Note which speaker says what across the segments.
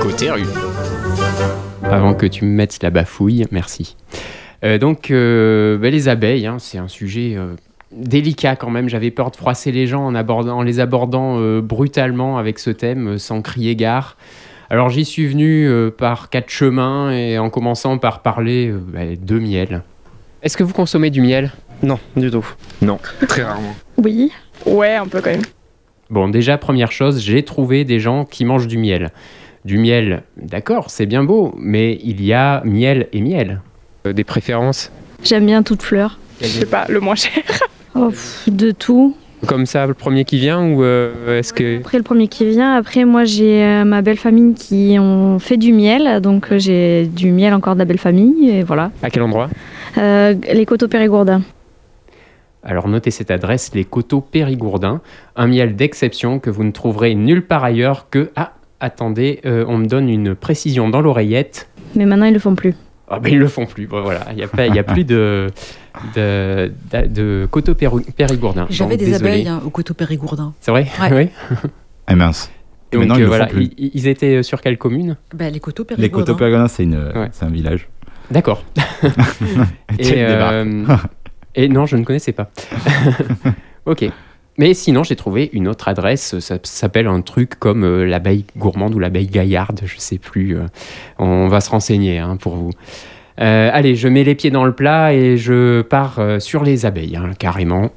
Speaker 1: Côté rue.
Speaker 2: Avant que tu me mettes la bafouille, merci. Euh, donc, euh, bah, les abeilles, hein, c'est un sujet euh, délicat quand même. J'avais peur de froisser les gens en, abordant, en les abordant euh, brutalement avec ce thème, euh, sans crier gare. Alors, j'y suis venu euh, par quatre chemins et en commençant par parler euh, bah, de miel. Est-ce que vous consommez du miel
Speaker 3: Non, du tout.
Speaker 4: Très rarement.
Speaker 5: Oui. Ouais, un peu quand même.
Speaker 2: Bon, déjà, première chose, j'ai trouvé des gens qui mangent du miel. Du miel, d'accord, c'est bien beau, mais il y a miel et miel.
Speaker 6: Euh, des préférences
Speaker 7: J'aime bien toute fleur.
Speaker 5: Je sais pas, le moins cher.
Speaker 7: Oh, pff, de tout.
Speaker 6: comme ça, le premier qui vient ou euh, est-ce que
Speaker 7: Après le premier qui vient, après moi j'ai euh, ma belle famille qui ont fait du miel, donc euh, j'ai du miel encore de la belle famille, et voilà.
Speaker 6: à quel endroit
Speaker 7: Euh, les coteaux périgourdins.
Speaker 2: Alors notez cette adresse, les coteaux périgourdins, un miel d'exception que vous ne trouverez nulle part ailleurs que... Ah, attendez, euh, on me donne une précision dans l'oreillette.
Speaker 7: Mais maintenant ils le font plus.
Speaker 2: Ah ben ils le font plus, bon voilà, il n'y a, pas- il y a plus de, de, d'a- de coteaux péru- périgourdins.
Speaker 8: J'avais
Speaker 2: Bon,
Speaker 8: des
Speaker 2: désolé.
Speaker 8: abeilles hein, au coteau périgourdin.
Speaker 2: C'est vrai
Speaker 8: Ouais.
Speaker 2: Oui.
Speaker 9: Ah mince. Et
Speaker 2: Donc
Speaker 9: maintenant, ils
Speaker 2: euh,
Speaker 9: le font
Speaker 2: voilà,
Speaker 9: plus.
Speaker 2: ils- ils étaient sur quelle commune
Speaker 8: Bah, les coteaux
Speaker 9: Les
Speaker 8: périgourdins.
Speaker 9: coteaux périgourdins, c'est une-
Speaker 2: Ouais.
Speaker 9: c'est un village.
Speaker 2: D'accord.
Speaker 9: Quel
Speaker 2: et, euh, et non, je ne connaissais pas. ok. Mais sinon, j'ai trouvé une autre adresse. Ça s'appelle un truc comme euh, l'abeille gourmande ou l'abeille gaillarde, je sais plus. euh, on va se renseigner hein, pour vous. Euh, allez, je mets les pieds dans le plat et je pars euh, sur les abeilles, hein, carrément.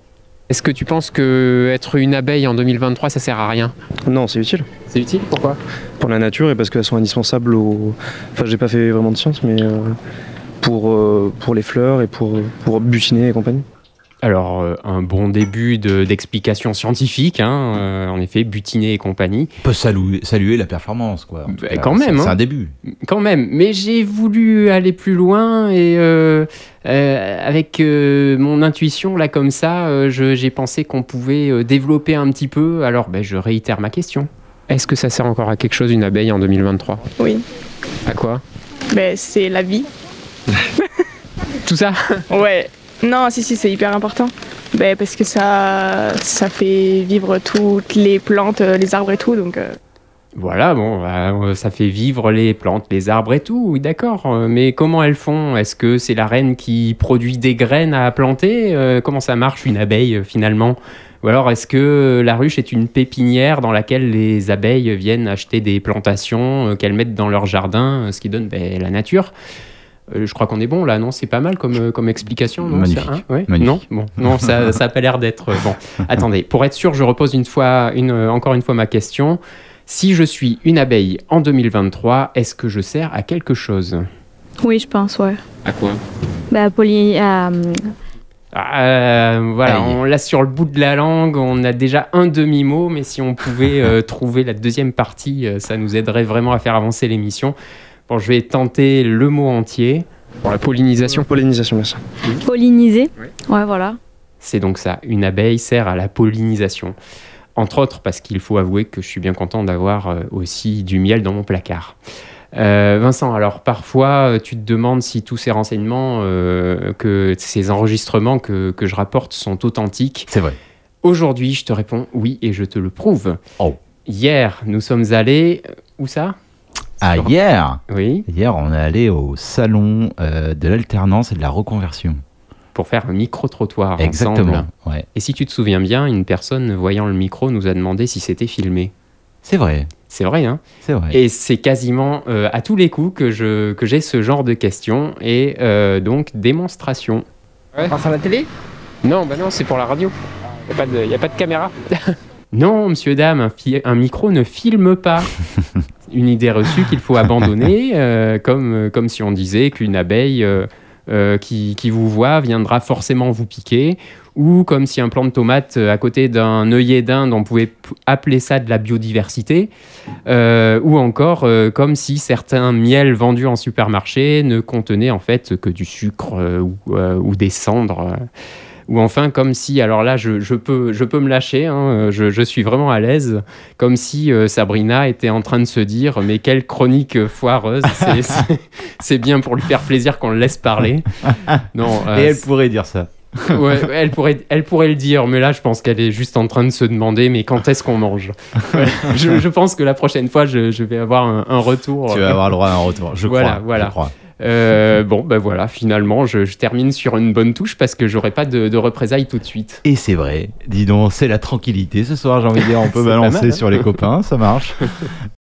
Speaker 6: Est-ce que tu penses que être une abeille en 2023 ça sert à rien
Speaker 3: Non, c'est utile
Speaker 6: C'est utile Pourquoi
Speaker 3: pour la nature et parce qu'elles sont indispensables au. Enfin, j'ai pas fait vraiment de science, mais euh, pour, euh, pour les fleurs et pour, pour butiner et compagnie.
Speaker 2: Alors, euh, un bon début de- d'explication scientifique, hein, euh, en effet, butiné et compagnie.
Speaker 9: On peut saluer, saluer la performance, quoi. En
Speaker 2: Bah,
Speaker 9: tout cas,
Speaker 2: quand même,
Speaker 9: Euh, C'est c'est
Speaker 2: hein.
Speaker 9: un début.
Speaker 2: quand même. Mais j'ai voulu aller plus loin et euh, euh, avec euh, mon intuition, là, comme ça, euh, je- j'ai pensé qu'on pouvait euh, développer un petit peu. Alors, ben, je réitère ma question.
Speaker 6: Est-ce que ça sert encore à quelque chose une abeille en 2023
Speaker 5: Oui.
Speaker 6: À quoi
Speaker 5: Mais Ben, c'est la vie.
Speaker 6: Tout ça
Speaker 5: Ouais. Non, si, si, c'est hyper important. Ben, parce que ça, ça fait vivre toutes les plantes, euh, les arbres et tout, donc euh,
Speaker 2: Voilà, bon, bah, euh, ça fait vivre les plantes, les arbres et tout, oui, d'accord. Euh, Mais comment elles font Est-ce que c'est la reine qui produit des graines à planter Euh, Comment ça marche une abeille euh, finalement Ou alors est-ce que euh, la ruche est une pépinière dans laquelle les abeilles viennent acheter des plantations euh, qu'elles mettent dans leur jardin, euh, ce qui donne ben, la nature Euh, je crois qu'on est bon là, non C'est pas mal comme, euh, comme explication, non
Speaker 9: Magnifique.
Speaker 2: ça, hein Ouais
Speaker 9: Magnifique.
Speaker 2: Non, bon, non, ça, ça a pas l'air d'être euh, bon. Attendez, pour être sûr, je repose une fois, une, euh, encore une fois ma question. Si je suis une abeille en 2023, est-ce que je sers à quelque chose
Speaker 7: Oui, je pense, ouais.
Speaker 6: À quoi
Speaker 7: Bah, poly... à, hum,
Speaker 2: Ah, euh, Voilà,
Speaker 9: Aïe.
Speaker 2: on l'a sur le bout de la langue, on a déjà un demi-mot, mais si on pouvait euh, trouver la deuxième partie, euh, ça nous aiderait vraiment à faire avancer l'émission. Bon, je vais tenter le mot entier.
Speaker 6: Pour la pollinisation
Speaker 3: Pollinisation, merci.
Speaker 7: polliniser.
Speaker 6: Ouais.
Speaker 7: Ouais, voilà.
Speaker 2: C'est donc ça, une abeille sert à la pollinisation. Entre autres parce qu'il faut avouer que je suis bien content d'avoir euh, aussi du miel dans mon placard. Euh, Vincent, alors parfois euh, tu te demandes si tous ces renseignements, euh, que ces enregistrements que, que je rapporte sont authentiques.
Speaker 9: C'est vrai.
Speaker 2: Aujourd'hui, je te réponds oui et je te le prouve.
Speaker 9: Oh.
Speaker 2: Hier, nous sommes allés... euh, Où ça
Speaker 9: Ah,
Speaker 2: Sur-
Speaker 9: hier,
Speaker 2: Oui,
Speaker 9: hier, on est allé au salon euh, de l'alternance et de la reconversion.
Speaker 2: pour faire un micro-trottoir
Speaker 9: Exactement.
Speaker 2: ensemble.
Speaker 9: Ouais.
Speaker 2: Et si tu te souviens bien, une personne voyant le micro nous a demandé si c'était filmé.
Speaker 9: C'est vrai.
Speaker 2: C'est vrai, hein
Speaker 9: C'est vrai.
Speaker 2: Et c'est quasiment euh, à tous les coups que je que j'ai ce genre de questions et euh, donc démonstration.
Speaker 6: Ouais. Grâce à la télé Non, bah non, c'est pour la radio. Il n'y a, pas de caméra.
Speaker 2: Non, monsieur dame, un, fi- un micro ne filme pas. Une idée reçue qu'il faut abandonner, euh, comme comme si on disait qu'une abeille euh, euh, qui, qui vous voit viendra forcément vous piquer, ou comme si un plant de tomate euh, à côté d'un œillet d'Inde, on pouvait p- appeler ça de la biodiversité, euh, ou encore euh, comme si certains miels vendus en supermarché ne contenaient en fait que du sucre euh, ou, euh, ou des cendres. euh. Ou enfin, comme si, alors là, je, je peux, je peux me lâcher, hein, euh, je, je suis vraiment à l'aise, comme si euh, Sabrina était en train de se dire Mais quelle chronique euh, foireuse, c'est- c'est- c'est bien pour lui faire plaisir qu'on le laisse parler. Non, euh,
Speaker 9: Et elle pourrait dire ça.
Speaker 2: Ouais, elle, pourrait, elle pourrait le dire, mais là, je pense qu'elle est juste en train de se demander, mais quand est-ce qu'on mange Ouais, je, je pense que la prochaine fois, je, je vais avoir un, un retour.
Speaker 9: Tu vas avoir le droit à un retour, je
Speaker 2: Oh. Voilà,
Speaker 9: crois.
Speaker 2: voilà.
Speaker 9: je crois.
Speaker 2: Euh, bon, ben voilà, finalement, je, je termine sur une bonne touche parce que j'aurai pas de, de représailles tout de suite.
Speaker 9: Et c'est vrai, dis donc, c'est la tranquillité ce soir, j'ai envie de dire, on
Speaker 2: C'est
Speaker 9: peut
Speaker 2: pas
Speaker 9: balancer
Speaker 2: mal, hein.
Speaker 9: sur les copains, ça marche.